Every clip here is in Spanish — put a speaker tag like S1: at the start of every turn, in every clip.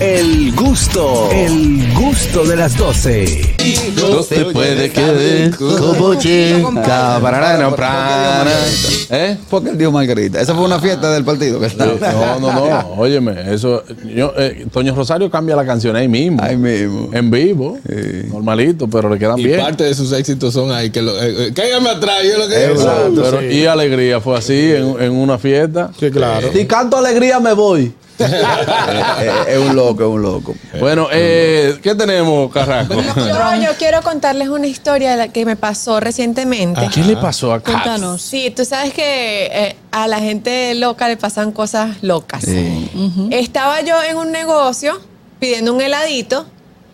S1: El gusto, el gusto de las 12.
S2: No te puede quedar como chica. Pararano, prana. ¿Eh?
S3: Porque él dijo Margarita. Esa fue una fiesta del partido que estaba.
S2: Ah. No, no, no. Óyeme, eso. Yo, eh, Toño Rosario cambia la canción ahí mismo.
S3: Ahí mismo.
S2: En vivo.
S3: Sí.
S2: Normalito, pero le quedan
S4: Y
S2: bien.
S4: parte de sus éxitos son ahí. Que lo, eh, eh, cáigame atrás, yo lo que
S2: Exacto,
S4: digo.
S2: pero- Y alegría fue así en, en una fiesta.
S5: Sí, claro.
S6: Si canto alegría me voy.
S3: Eh, eh, Es un loco, es un loco.
S2: Bueno, eh, ¿qué tenemos, Carrasco?
S7: Yo, yo quiero contarles una historia de la que me pasó recientemente.
S2: ¿Qué le pasó a Kat?
S7: Cuéntanos. Sí, tú sabes que eh, a la gente loca le pasan cosas locas.
S3: Sí.
S7: Ujú. Estaba yo en un negocio pidiendo un heladito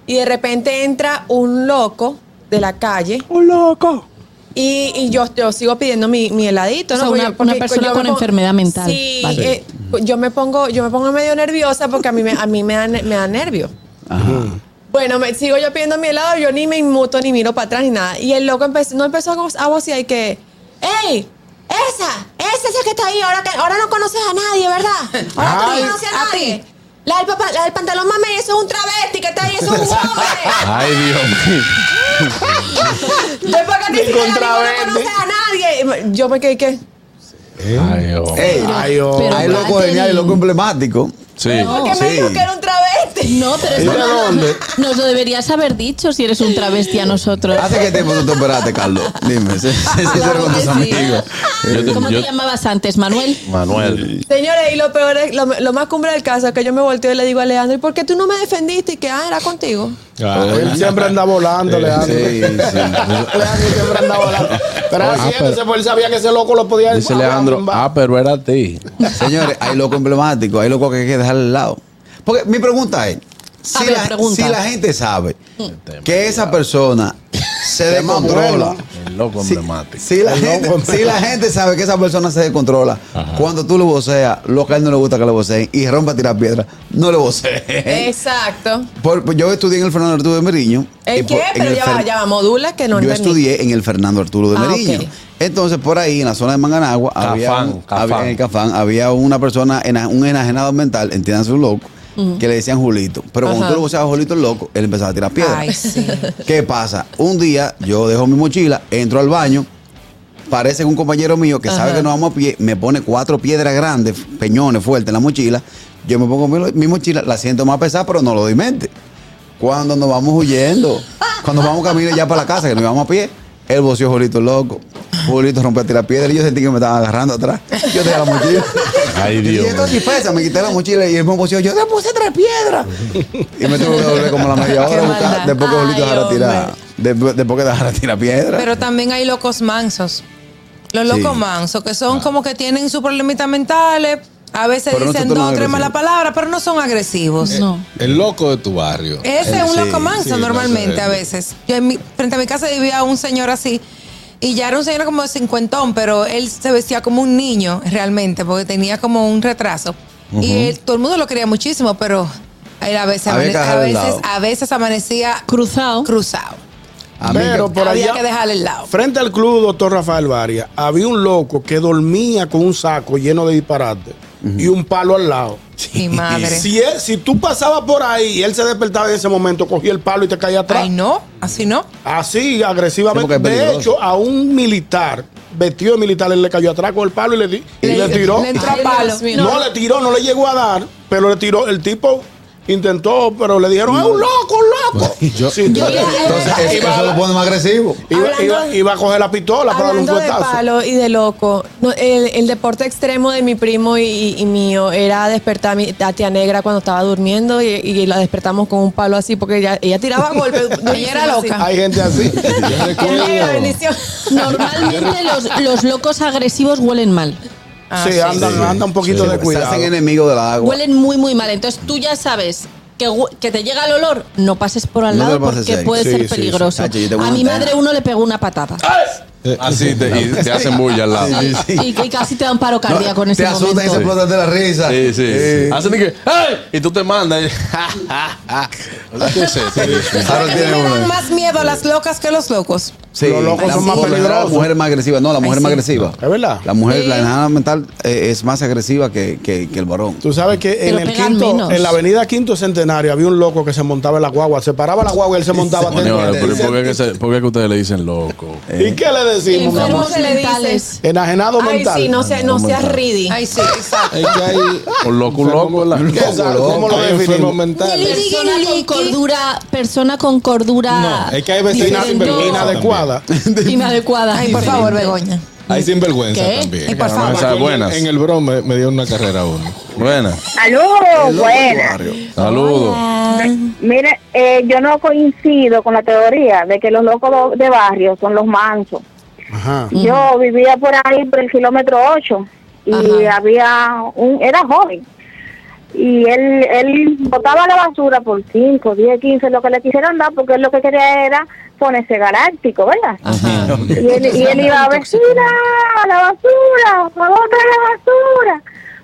S7: y de repente entra un loco de la calle. Un loco. Y, y yo, yo sigo pidiendo mi, mi heladito.
S8: O sea,
S7: ¿no? Porque-
S8: una-
S7: porque
S8: una persona
S7: yo me
S8: con
S7: pongo-
S8: enfermedad mental.
S7: Sí,
S8: Vale.
S7: eh, yo me pongo, yo me pongo medio nerviosa porque a mí me, a mí me da, ne- me da nervio. Bueno, me sigo yo pidiendo mi helado, yo ni me inmuto, ni miro para atrás, ni nada. Y el loco empezó, no empezó a, go- a vocear y que, ¡Ey! ¡Esa! ¡Esa es la que está ahí! Ahora, que- ahora no conoces a nadie, ¿verdad? Ahora tú no conoces a nadie. La del, papá- la del pantalón mame, eso es un travesti que está ahí, eso es un hombre.
S2: Ay, Dios mío.
S7: Después que te dicen que no conoces a nadie. Y me- Yo me quedé que...
S2: Ay, Dios.
S3: Ey,
S5: Ay, oh.
S8: Pero-
S3: hay loco
S8: Catherine.
S3: genial y loco emblemático.
S2: Sí.
S7: ¿Por qué me
S3: sí.
S7: dijo que era un travesti?
S8: No, pero eso no, nos lo deberías haber dicho si eres un travesti a nosotros.
S3: ¿Hace qué tiempo tú te operaste, Carlos? Dime, sé sé sincero con tus
S8: Claro que sí.
S3: amigos.
S2: Yo te-
S8: ¿Cómo
S2: yo-
S8: te llamabas antes, Manuel?
S3: Eh.
S2: Manuel.
S7: Señores, y lo peor es, lo, lo más cumbre del caso es que yo me volteo y le digo a Leandro, ¿y por qué tú no me defendiste? Y que, ah, era contigo.
S5: Él siempre anda volando,
S3: Eh,
S5: Leandro. Leandro siempre anda volando. Pero haciéndose, pues él sabía que ese loco lo podía
S2: Ah, Dice Leandro, ah, pero era a ti.
S3: Señores, hay loco emblemático, hay loco que hay que dejar al lado. Porque mi pregunta es,
S7: Ah,
S3: si,
S8: Abre
S3: la,
S8: pregunta.
S3: si la gente sabe
S7: Mm.
S3: que esa persona se descontrola,
S2: El loco
S3: si,
S2: emblemático.
S3: si la gente, si la gente sabe que esa persona se descontrola, cuando tú le voceas, lo que a él no le gusta que le voceen y rompa a tirar piedra, no le vocees.
S7: Exacto.
S3: Por- por- yo estudié en el Fernando Arturo de Meriño. y
S7: ¿El
S3: Eh, por-
S7: qué?
S3: en
S7: Pero
S3: el
S7: ya
S3: Fer-
S7: va, ya va, modula que no
S3: yo
S7: entendí.
S3: estudié en el Fernando Arturo de
S7: Ah,
S3: Meriño.
S7: ok.
S3: Entonces, por ahí, en la zona de Manganagua, había,
S2: Cafán,
S3: un-
S2: Cafán.
S3: había- en el Cafán, había una persona, ena- un enajenado mental, entiéndanse un loco, que le decían Julito. Pero cuando
S7: Ajá.
S3: tú le buscabas Julito el loco, él empezaba a tirar piedras.
S7: Ay, sí.
S3: ¿Qué pasa? Un día yo dejo mi mochila, entro al baño, parece que un compañero mío que sabe
S7: Ajá.
S3: que no vamos a pie, me pone cuatro piedras grandes, peñones fuertes en la mochila. Yo me pongo mi, mi mochila, la siento más pesada, pero no lo doy mente. Cuando nos vamos huyendo, cuando vamos camino ya para la casa, que nos vamos a pie, él voció Julito loco. Julito rompió a tirar piedras y yo sentí que me estaban agarrando atrás. Yo dejé la mochila.
S2: Ay,
S3: Y
S2: Dios.
S3: entonces, pesa, me quité la mochila y el mismo voció, yo te puse tres piedras. Y me tuve que volver como la media
S7: Qué
S3: hora a buscar-
S7: maldad.
S3: después que
S7: Ay,
S3: Julito dejara
S7: hombre.
S3: tirar. Después, después que dejara tirar piedra.
S9: Pero también hay locos mansos. Los
S3: Sí.
S9: locos mansos, que son como que tienen sus problemitas mentales, a veces
S3: Pero no
S9: dicen
S3: son tan
S9: dos o tres
S3: agresivos.
S9: malas palabras, pero no son agresivos.
S8: No.
S4: El loco de tu barrio.
S5: Eh,
S9: Ese es un
S3: Eh, Sí,
S9: loco manso
S4: sí,
S9: normalmente
S4: no sé.
S9: a veces. Yo en mi- frente a mi casa vivía un señor así. Y ya era un señor como de cincuentón, pero él se vestía como un niño realmente, porque tenía como un retraso. Y él- todo el mundo lo quería muchísimo, pero él a veces,
S3: Había que
S9: amane- a
S3: dejarlo de
S9: veces,
S3: lado.
S9: a veces amanecía
S8: Cruzado.
S9: cruzado.
S3: A mí
S5: Pero
S3: que-
S5: por
S9: Había
S5: allá,
S9: que dejarle el lado.
S5: frente al club doctor Rafael Varias, había un loco que dormía con un saco lleno de disparate y un palo al lado.
S9: Mi madre.
S5: Si, él- si tú pasabas por ahí y él se despertaba en ese momento, cogía el palo y te caía atrás.
S9: Ay, no, así no.
S5: Así,
S3: Sí,
S5: agresivamente.
S3: porque es
S5: de
S3: peligroso.
S5: hecho, a un militar, vestido de militar, él le cayó atrás con el palo y le, di- y le tiró.
S9: Le entró a
S7: Ay,
S9: palo.
S7: Dios mío.
S5: no, le tiró, no le llegó a dar, pero le tiró. El tipo intentó, pero le dijeron, ¡es un loco, un loco! Sí, entonces,
S3: Entonces, eso, eso lo pone más agresivo.
S5: iba,
S7: Hablando
S5: iba-
S7: de-
S5: iba a coger la pistola para darle un
S7: Hablando de
S5: puestazo.
S7: palo y de loco, no, el, el deporte extremo de mi primo y, y- y mío era despertar a, mi, a tía negra cuando estaba durmiendo y, y la despertamos con un palo así porque ella, ella tiraba golpes.
S9: Ella era loca.
S5: Hay gente así.
S2: Yo
S7: Tía negra,
S2: recuerdo,
S7: bendición.
S8: Normalmente los, los locos agresivos huelen mal.
S9: Ah,
S5: sí,
S9: sí,
S5: andan,
S2: sí.
S5: andan un poquito
S2: Sí,
S5: de
S2: pues,
S3: Se hacen
S5: cuidado.
S3: enemigos del agua.
S8: Huelen muy, muy mal. Entonces tú ya sabes que, hu- que te llega el olor, no pases por al
S3: No
S8: lado
S3: te pases
S8: porque
S3: ahí.
S8: puede
S5: Sí, sí,
S8: ser
S5: sí.
S8: peligroso.
S3: Cacho, yo te voy
S8: A
S3: a
S8: mi
S3: matar.
S8: madre uno le pegó una patada.
S2: Así te, y te hacen bulla al lado.
S3: Sí, sí.
S8: Y, y casi te da un paro
S3: No,
S8: cardíaco en ese
S3: te asustan y se
S8: momento.
S3: explotan de la risa.
S2: Sí, sí.
S3: Eh,
S2: Hacen de que, ¡ay! Y tú te mandas. y- ja, ja, ja. ¿Qué es eso?
S3: Harold
S9: Creo que
S3: tiene
S9: me dan
S3: uno.
S9: más miedo las locas que los locos.
S3: Sí,
S5: Los locos
S3: la-
S5: son más
S3: por lo general,
S5: peligrosos.
S3: La mujer es más agresiva. No, la mujer es más agresiva.
S5: ¿Es verdad?
S3: La mujer,
S7: Sí.
S3: la enana mental eh, es más agresiva que, que- que el varón.
S5: Tú sabes que en
S8: Pero
S5: el
S8: pegan
S5: quinto,
S8: menos.
S5: en la avenida Quinto Centenario había un loco que se montaba en la guagua, se paraba la guagua y él se montaba dentro
S2: Señores,
S5: de-
S2: pero ¿por qué, que se- por qué que ustedes le dicen loco?
S5: ¿Y qué le decimos? mi amor?
S7: Enfermos se le
S8: mentales.
S7: dice.
S5: Enajenado
S7: Ay,
S5: mental.
S7: sí, no, sea, no seas reedy.
S9: Ay, sí, exacto.
S4: Es que hay.
S2: Un loco, un loco, ¿verdad?
S5: ¿Qué es eso? ¿Cómo lo
S4: Hay enfermos
S5: definimos?
S4: mentales.
S8: Persona con cordura, persona con cordura.
S4: No, es que hay veces
S8: diferente.
S4: sinvergüenza
S5: Inadecuada.
S8: Inadecuada.
S9: Ay, por favor, Begoña.
S4: Hay sinvergüenza
S8: ¿Qué?
S4: también.
S9: Ay, por favor.
S2: Esas buenas.
S4: En el brome me dio una carrera uno.
S2: Buena.
S10: Saludos, buenas.
S2: Saludos.
S10: Mire, eh, yo no coincido con la teoría de que los locos de barrio son los mansos.
S5: Ajá.
S10: Yo vivía por ahí, por el kilómetro 8, y
S7: Ajá.
S10: había un, era joven, y él, él botaba la basura por 5, 10, 15, lo que le quisieran dar, porque él lo que quería era ponerse galáctico, ¿verdad? Y él, y él iba a ver, "Mira, la basura, la otra la basura.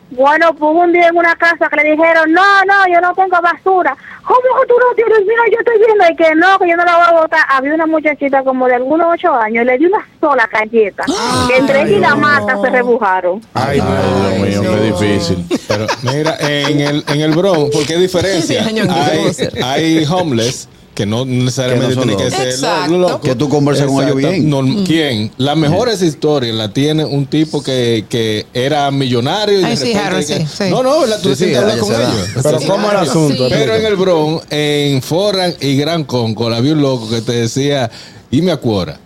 S10: Bueno, pues hubo un día en una casa que le dijeron, no, no, yo no tengo basura. ¿Cómo que tú no tienes? Mira, yo estoy viendo y que no, que yo no la voy a botar. Había una muchachita como de algunos ocho años, le di una sola galleta. que entre ella y la mata se rebujaron.
S5: Ay,
S2: Ay, Dios mío, qué difícil.
S4: Pero mira, en el, en el Bronx, porque hay diferencia. Hay, hay homeless que no necesariamente
S3: Que no son
S4: tienen que ser
S9: Exacto.
S4: lo- loco.
S3: Que tú converses con ellos
S4: Exacto.
S3: bien.
S9: Mm.
S4: No, ¿Quién? Las mejores historias la tiene un tipo que, que era millonario y
S9: Ay,
S4: de
S9: sí,
S4: repente
S9: Harold,
S4: que-
S9: sí, sí.
S4: No, no, la, tú
S3: Sí, sí,
S4: te sientas a hablar
S3: ya
S4: con
S3: se da.
S4: ellos.
S5: Pero ¿cómo era el asunto?
S4: Pero en el Bronx, en Foran y Gran Conco, había un loco que te decía, y me acuerda.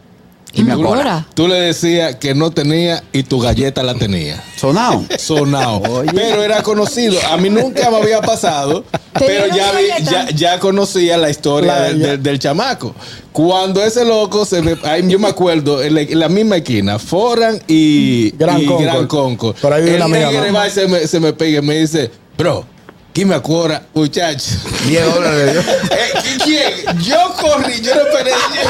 S8: Y me acuerdo.
S4: Tú le decías que no tenía y tu galleta la tenía.
S3: Sonado.
S4: Sonado. Pero era conocido. A mí nunca me había pasado. Pero
S7: dieron
S4: ya, vi-
S7: galleta?
S4: ya, ya conocía la historia
S5: La-
S4: del,
S5: ya.
S4: del- del chamaco. Cuando ese loco se me. ay, yo me acuerdo, en la, en la misma esquina, Foran y
S5: Gran
S4: y
S5: Concord.
S4: Gran Concord.
S5: Por ahí vive
S4: El
S5: una amiga
S4: negro
S5: mía.
S4: va y se me, se me pega y me dice, bro, ¿quién me acuerda, muchacho?
S3: 10 dólares le dio.
S4: Eh, ¿Quién? Yo corrí, yo no esperé. Yo,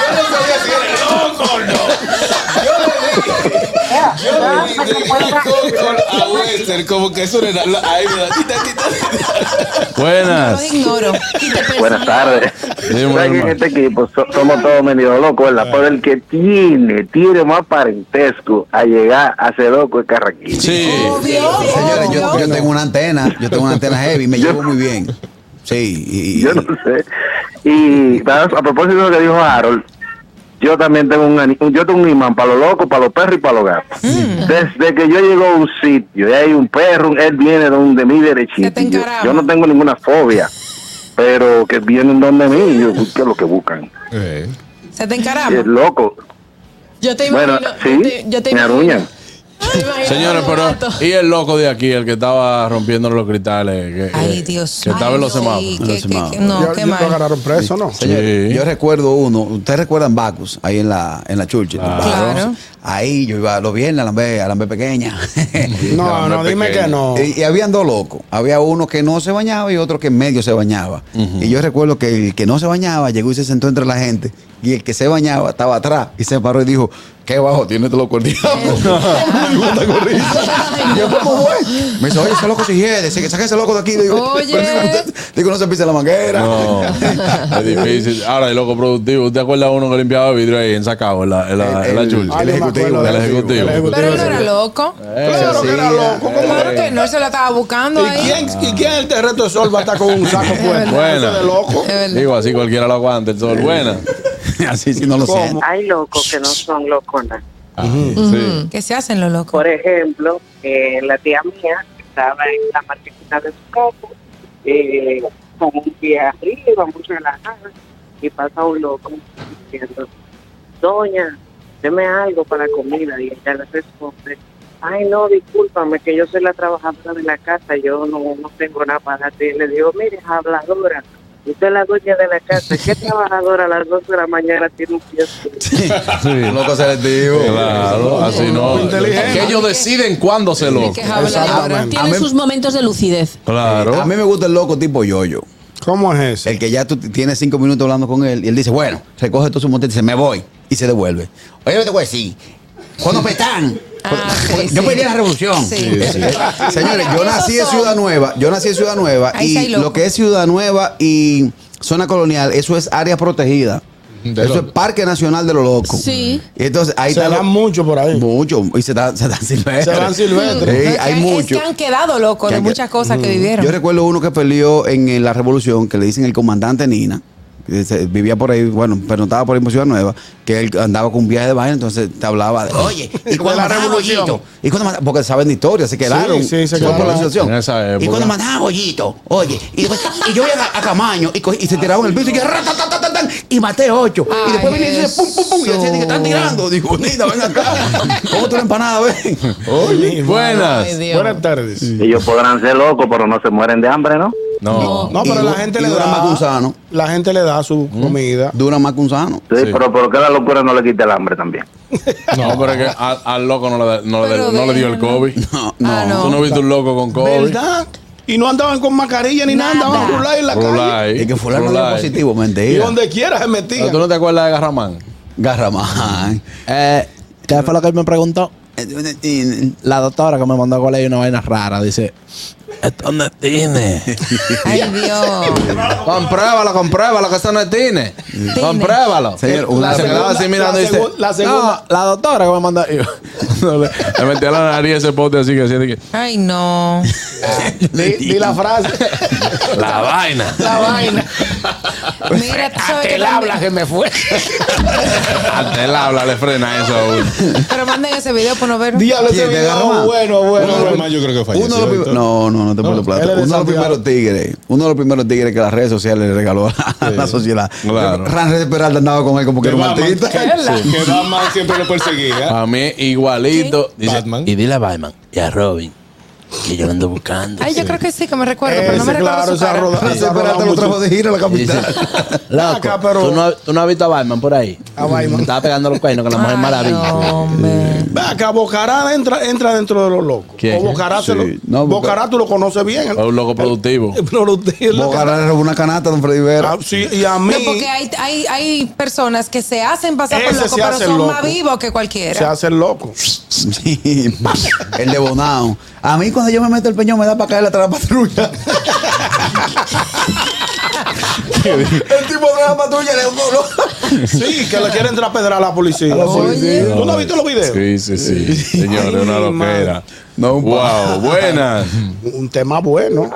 S4: yo no sabía si era loco o no. Yo le dije, yo le dije, con, con a Wester, como que eso era. la- Ahí me da, tita, tita, tita.
S9: Los
S2: Buenas.
S9: ignoro.
S11: Buenas tardes.
S2: Dime,
S11: ¿Sabes que en
S2: hermano.
S11: este equipo so- somos todos medio locos, ¿verdad? Pero el que tiene, tiene más parentesco a llegar a ser loco es Carraquillo.
S2: Sí.
S9: Oh,
S11: Oh,
S3: Señores, yo, yo tengo una antena, yo tengo una antena heavy, me llevo muy bien. Sí, y- y-
S11: Yo no sé. Y ¿sabes? a propósito de lo que dijo Harold, yo también tengo un, ani- yo tengo un imán para los locos, para los perros y para los gatos.
S8: Mm.
S11: Desde que yo llego a un sitio y hay un perro, él viene donde mí
S9: Se
S11: derechito.
S9: te
S11: Yo,
S9: encarama.
S11: yo no tengo ninguna fobia, pero que vienen donde mí, yo, ¿qué es lo que buscan?
S4: Eh,
S9: Se te
S11: Es
S9: encarama.
S11: loco.
S7: Yo te
S11: Bueno,
S7: imagino.
S11: sí,
S7: yo te, yo te
S11: me
S7: imagino-
S11: aruñan.
S7: te imagino
S2: Señores,
S7: como gato.
S2: pero. Y el loco de aquí, el que estaba rompiendo los cristales. Que, que-
S9: Ay, Dios
S2: Que estaba en los
S9: Ay, no.
S2: semáforos.
S9: Sí, que-
S3: En los
S9: que-
S3: semáforos.
S9: que- No,
S5: Yo-
S9: qué
S5: yo Lo
S9: mal.
S5: agarraron preso, ¿no?
S3: Señores,
S2: Sí.
S3: yo recuerdo uno, ustedes recuerdan Bacus, ahí en la, en la Churchill.
S9: Claro.
S3: Ahí yo iba los viernes a la vez, a la vez pequeña.
S5: No, no,
S2: hombre
S5: dime
S2: pequeño.
S5: que no.
S3: Y, y habían dos locos. Había uno que no se bañaba y otro que en medio se bañaba. Y yo recuerdo que el que no se bañaba llegó y se sentó entre la gente. Y el que se bañaba estaba atrás y se paró y dijo, qué bajo tiene este loco el diablo. Me gusta correr. yo, ¿cómo fue? Me dice, oye, ese loco se hiede, se- saca ese loco de aquí. Le Digo,
S9: Oye.
S3: digo, no se pise la manguera.
S2: No, es difícil. Ahora, el loco productivo. ¿Te acuerdas uno que limpiaba vidrio ahí en Sacao, en la, en la,
S3: El-
S2: en la
S3: el-
S2: Churchill?
S5: Ay,
S3: el
S5: no me
S3: ejecutivo,
S5: acuerdo
S2: el
S5: del
S2: ejecutivo.
S5: el ejecutivo.
S9: Pero él no era loco.
S5: Claro que era loco. ¿cómo
S9: Claro que no, él se lo estaba buscando
S5: ¿Y
S9: ahí.
S5: quién, ¿Y quién en el terreno de sol va a estar con un saco puesto?
S2: Buena.
S5: Eso de loco.
S9: Ah, Es verdad.
S2: Digo, así cualquiera lo aguanta el sol. Buena.
S3: Así sí no lo sé.
S5: ¿Cómo?
S10: Hay locos que no son locos nada.
S2: Sí.
S9: Que se hacen los locos.
S10: Por ejemplo, eh, la tía mía estaba en la marquesina de su casa, eh, con un pie arriba, mucho en la nada, y pasa un loco diciendo, doña, deme algo para comida, y ella le responde, ay no, discúlpame, que yo soy la trabajadora de la casa, yo no, no tengo nada para ti. Y le digo, mire, habladora, usted es la dueña de la casa, ¿qué trabajadora a las 2 de la mañana tiene un pie suelto?"
S3: Loco selectivo.
S2: Claro, así no.
S5: Inteligente.
S2: Que ellos deciden cuándo se lo.
S9: Que es habladora.
S3: A mí-
S8: Tiene sus momentos de lucidez.
S3: A
S2: Claro.
S3: mí me gusta el loco tipo yoyo.
S5: ¿Cómo es eso?
S3: El que ya tú t- tienes cinco minutos hablando con él y él dice, bueno, recoge todo su monte y dice, me voy. Y se devuelve. Oye, yo te voy a decir, cuando petan.
S9: Ah, sí,
S3: yo
S9: sí.
S3: perdí la revolución.
S9: Sí. Sí, sí.
S3: Señores,
S9: Mira,
S3: yo nací en
S9: esos son-
S3: Ciudad Nueva. Yo nací en Ciudad Nueva.
S9: Ahí sí hay
S3: y
S9: loco.
S3: lo que es Ciudad Nueva y zona colonial, eso es área protegida. Eso es Parque Nacional de los Locos.
S9: Sí.
S3: Y entonces ahí
S5: Se
S3: está
S5: dan mucho por ahí.
S3: Mucho. Y se dan, se dan silvestres.
S5: Se dan silvestres.
S3: Sí,
S9: Es que
S3: hay
S9: han-
S3: mucho.
S9: Es que han quedado locos
S3: Que
S9: de
S3: han-
S9: muchas cosas que vivieron.
S3: Yo recuerdo uno que peleó en, eh, la revolución, que le dicen el comandante Nina, que se- vivía por ahí, bueno, pero estaba por ahí en Ciudad Nueva, que él andaba con un viaje de vaina, entonces te hablaba de, oye, ¿y cuando
S5: la
S3: mandaba
S5: revolución.
S3: Goyito? ¿Y cuando mandaba-" Porque saben de historia, se quedaron.
S5: Sí, sí,
S3: Fue
S5: se
S3: por
S5: quedaron.
S3: la asociación.
S2: En esa
S3: Y
S2: época.
S3: cuando mandaba Goyito, oye, y, después- y yo voy a, a Camaño, y, cogí- y se tiraban el piso, y, que, "Ratatatatán", y maté ocho. y después venía y dice, pum, pum, pum, y yo decía, "Ni que están tirando. Digo, Nina, ven acá. ¿Cómo tú la empanada, ven?
S5: Oye,
S2: Buenas.
S9: Ay, Dios.
S5: Buenas tardes.
S11: Ellos podrán ser locos, pero no se mueren de hambre, ¿no?
S2: No.
S5: No, pero
S3: Y
S5: la
S3: du-
S5: gente
S3: y
S5: le
S3: dura
S5: da.
S3: más que un sano.
S5: La gente le da su comida.
S3: Dura más que un sano.
S11: Sí, pero por qué la locura no le quita el hambre también.
S2: No, pero es que a- al loco no le, no le-
S9: Pero
S2: no le dio el
S9: bueno.
S2: COVID.
S3: No,
S9: Ah, no.
S2: Tú no viste un loco con COVID.
S5: ¿Verdad? Y no andaban con mascarilla ni nada,
S9: Nada.
S5: andaban rulay en la calle.
S2: Rulay.
S3: Y que fulano dio
S2: Rulay.
S3: positivo,
S5: Y
S3: mentira.
S5: donde quiera se
S2: No,
S5: metían.
S2: ¿Tú no te acuerdas de Garramán?
S3: Garramán. Eh,
S6: Eh, ¿Qué fue lo que él me preguntó?
S3: Ay,
S6: La doctora que me mandó a colegio una vaina rara. Dice, esto no es tine.
S9: Ay, Dios.
S2: compruébalo, compruébalo, que eso no es tine. Compruébalo.
S3: Señor, una
S2: se
S3: segunda-
S2: quedaba así mirando
S5: la
S2: y dice,
S5: segun- la segunda-
S6: No, Eh, la doctora que me mandó. Y yo, no, le,
S2: le metió la nariz ese pote así que decía de que
S9: Ay, no.
S5: Di, di la frase.
S2: la vaina.
S5: la vaina.
S3: Pues,
S9: Mira, tú sabes que.
S5: Te la
S9: también-
S5: habla que me fue.
S2: Hasta el habla le frena eso a uno.
S9: Pero manden ese video por no ver.
S5: Diablo, ese
S3: ¿Quién te agarró
S5: video.
S3: más?
S5: Bueno, bueno.
S4: Uno de los
S5: bueno.
S4: más yo creo que falleció.
S3: Uno de los prim-
S4: Héctor.
S3: no, no, no te
S4: No,
S3: puedo plata.
S5: él es
S3: Uno
S5: de
S3: de los
S5: Santiago.
S3: primeros tigres. Uno de los primeros tigres que las redes sociales le regaló a la, a la sociedad.
S2: Claro.
S3: Ranres Peralta andaba con él como que
S4: Que
S3: era un
S4: Batman,
S3: artista.
S4: que- que Batman siempre lo perseguía.
S2: A mí igualito. Dice,
S4: Batman.
S6: y dile a Batman y a Robin que yo lo ando buscando.
S9: Ay, yo creo que sí, que me recuerdo, pero no me
S5: Ese, claro,
S9: recuerdo. Su
S5: esa
S9: cara.
S5: roda.
S3: Ranres
S5: esa roda
S3: Peralta lo
S5: mucho.
S3: trajo de gira a la
S6: Y dice,
S3: capital.
S6: Loco,
S5: Acá, pero-
S6: ¿tú, no, tú no has visto a Batman por ahí.
S5: A Batman.
S6: Estaba pegando los cuernos con la mujer
S9: Ay,
S6: maravilla.
S9: hombre.
S5: Ve acá, Bocará entra, entra dentro de los locos.
S2: ¿Quién?
S5: O Bocará, se
S3: Sí.
S5: lo,
S3: No, Boca-
S5: Bocará tú lo conoces bien.
S2: Es un loco productivo.
S5: Bocará.
S3: Bogará le robó una canasta a don Freddy Vera.
S5: Sí, y a mí.
S9: No, porque hay, hay, hay personas que se hacen pasar por
S5: Ese
S9: loco,
S5: se
S9: pero
S5: hace
S9: son
S5: loco.
S9: más vivos que
S5: se
S9: cualquiera.
S5: hace el loco.
S3: Sí. el de Bonao. A mí cuando yo me meto el peñón me da para caer atrás de la patrulla. el tipo de la patrulla le dio
S5: Sí, que le quieren entrar a pedrar a la policía.
S9: policía.
S5: ¿Tú no has visto los videos?
S2: Sí, sí, sí. Señores, una
S5: Ay, mi madre.
S2: loquera. wow, buenas.
S5: Un tema bueno.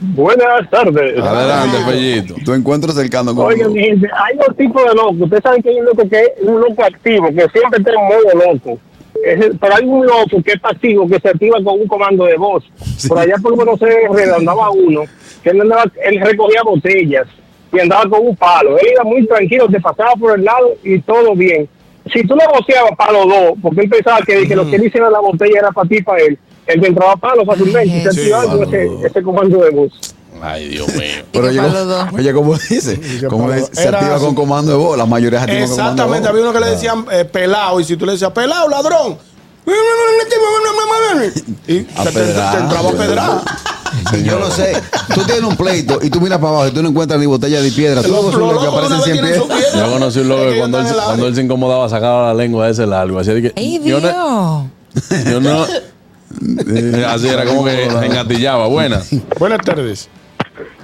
S11: Buenas tardes.
S2: Adelante, Pellito.
S3: Tu encuentro cercano con
S11: Oigan, mi gente, hay dos tipos de locos. Ustedes saben que hay un loco que es un loco activo, que siempre está en modo loco. Es el- pero hay un loco que es pasivo, que se activa con un comando de voz. Por allá por no se redondaba uno, que él, andaba- él recogía botellas y andaba con un palo. Él iba muy tranquilo, se pasaba por el lado y todo bien. Si tú lo voceabas palo dos, porque él pensaba que, que lo que él hiciera la botella era para ti, para él, él te entraba palo fácilmente y se
S9: Sí,
S11: activaba con ese, ese comando de voz.
S2: Ay, Dios mío.
S3: Pero
S9: que
S3: oye,
S9: para
S3: como-
S9: los dos.
S3: oye, como dice,
S5: que
S3: como
S5: para
S3: le-
S5: los-
S3: se
S5: era
S3: activa
S5: así.
S3: con comando de voz, la mayoría se activa con comando de voz.
S5: Exactamente, había uno que le decían eh, pelado, y si tú le decías pelado, ladrón, y se te,
S3: A
S5: te- te
S3: pedrar.
S5: entraba a pedrar.
S3: Yo lo sé. Tú tienes un pleito y tú miras para abajo y tú no encuentras ni botella ni piedra. Tú
S5: Los-
S3: conoces un
S5: los
S3: loco que
S5: locos
S3: aparecen
S5: una vez
S3: siempre.
S5: tienen su piedra.
S2: Yo conocí un
S5: Es
S2: loco
S5: que
S2: que cuando él,
S5: ellos
S2: se-
S5: están en
S2: cuando
S5: la-
S2: él se incomodaba sacaba la lengua de ese largo. Así de que.
S9: Ay,
S2: yo,
S9: Dios.
S2: no, yo no. eh, Así era como que se engatillaba. Buenas.
S5: Buenas tardes.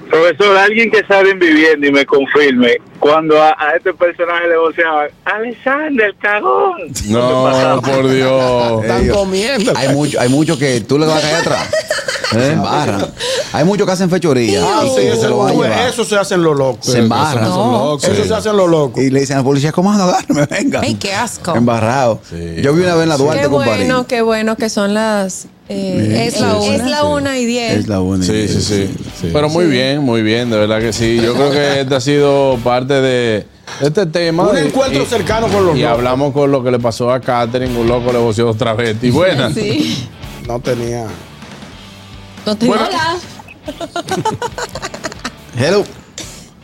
S11: Profesor, alguien que sabe en vivienda y me confirme, cuando a, a este personaje le voceaban, Alexander, el cagón.
S2: No, por Dios.
S5: Están
S3: Ellos-
S5: comiendo.
S3: Hay muchos hay mucho que tú le vas a caer atrás. Se embarran. Hay muchos que hacen fechoría.
S5: Ah,
S3: y
S5: sí,
S3: que
S5: eso,
S3: se lo van a
S5: tú ves,
S3: llevar.
S5: eso se hacen los locos.
S3: Se embarran.
S5: Eso se hacen los locos.
S3: Y le dicen al policía, comando, agárrame, venga.
S9: Ay, qué asco.
S3: Embarrado.
S2: Sí,
S3: Yo vi una vez en la Duarte
S7: Qué
S3: con París.
S7: bueno, qué bueno que son las. eh,
S9: Es la
S7: Es
S9: una.
S7: la una y diez.
S3: Es la única.
S2: Sí, sí, sí. Pero muy bien, muy bien, de verdad que sí. Yo creo que este ha sido parte de este tema.
S5: Un
S2: Y-
S5: encuentro
S2: y-
S5: cercano con los
S2: Y
S5: locos.
S2: hablamos con lo que le pasó a Katherine, un loco le voció otra vez. Y buena.
S7: Sí.
S5: No tenía.
S7: No te
S5: Bueno.
S7: Hola.
S3: Hello.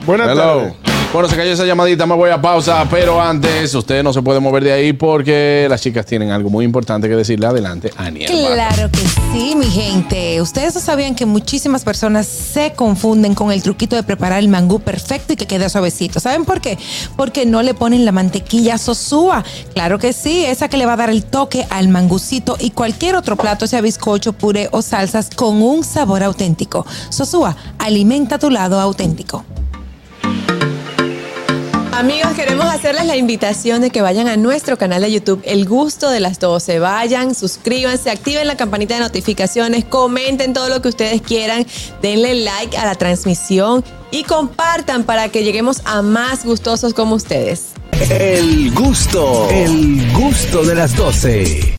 S5: Buenas
S2: Hello.
S5: tardes.
S2: Bueno, se cayó esa llamadita, me voy a pausa, pero antes usted no se puede mover de ahí porque las chicas tienen algo muy importante que decirle. Adelante, Aniel.
S9: Claro que sí, mi gente. Ustedes no sabían que muchísimas personas se confunden con el truquito de preparar el mangú perfecto y que quede suavecito. ¿Saben por qué? Porque no le ponen la mantequilla sosúa. Claro que sí, esa que le va a dar el toque al mangucito y cualquier otro plato, sea bizcocho, puré o salsas, con un sabor auténtico. Sosúa, alimenta tu lado auténtico.
S7: Amigos, queremos hacerles la invitación de que vayan a nuestro canal de YouTube, El Gusto de las 12. Vayan, suscríbanse, activen la campanita de notificaciones, comenten todo lo que ustedes quieran, denle like a la transmisión y compartan para que lleguemos a más gustosos como ustedes.
S1: El gusto, el gusto de las 12.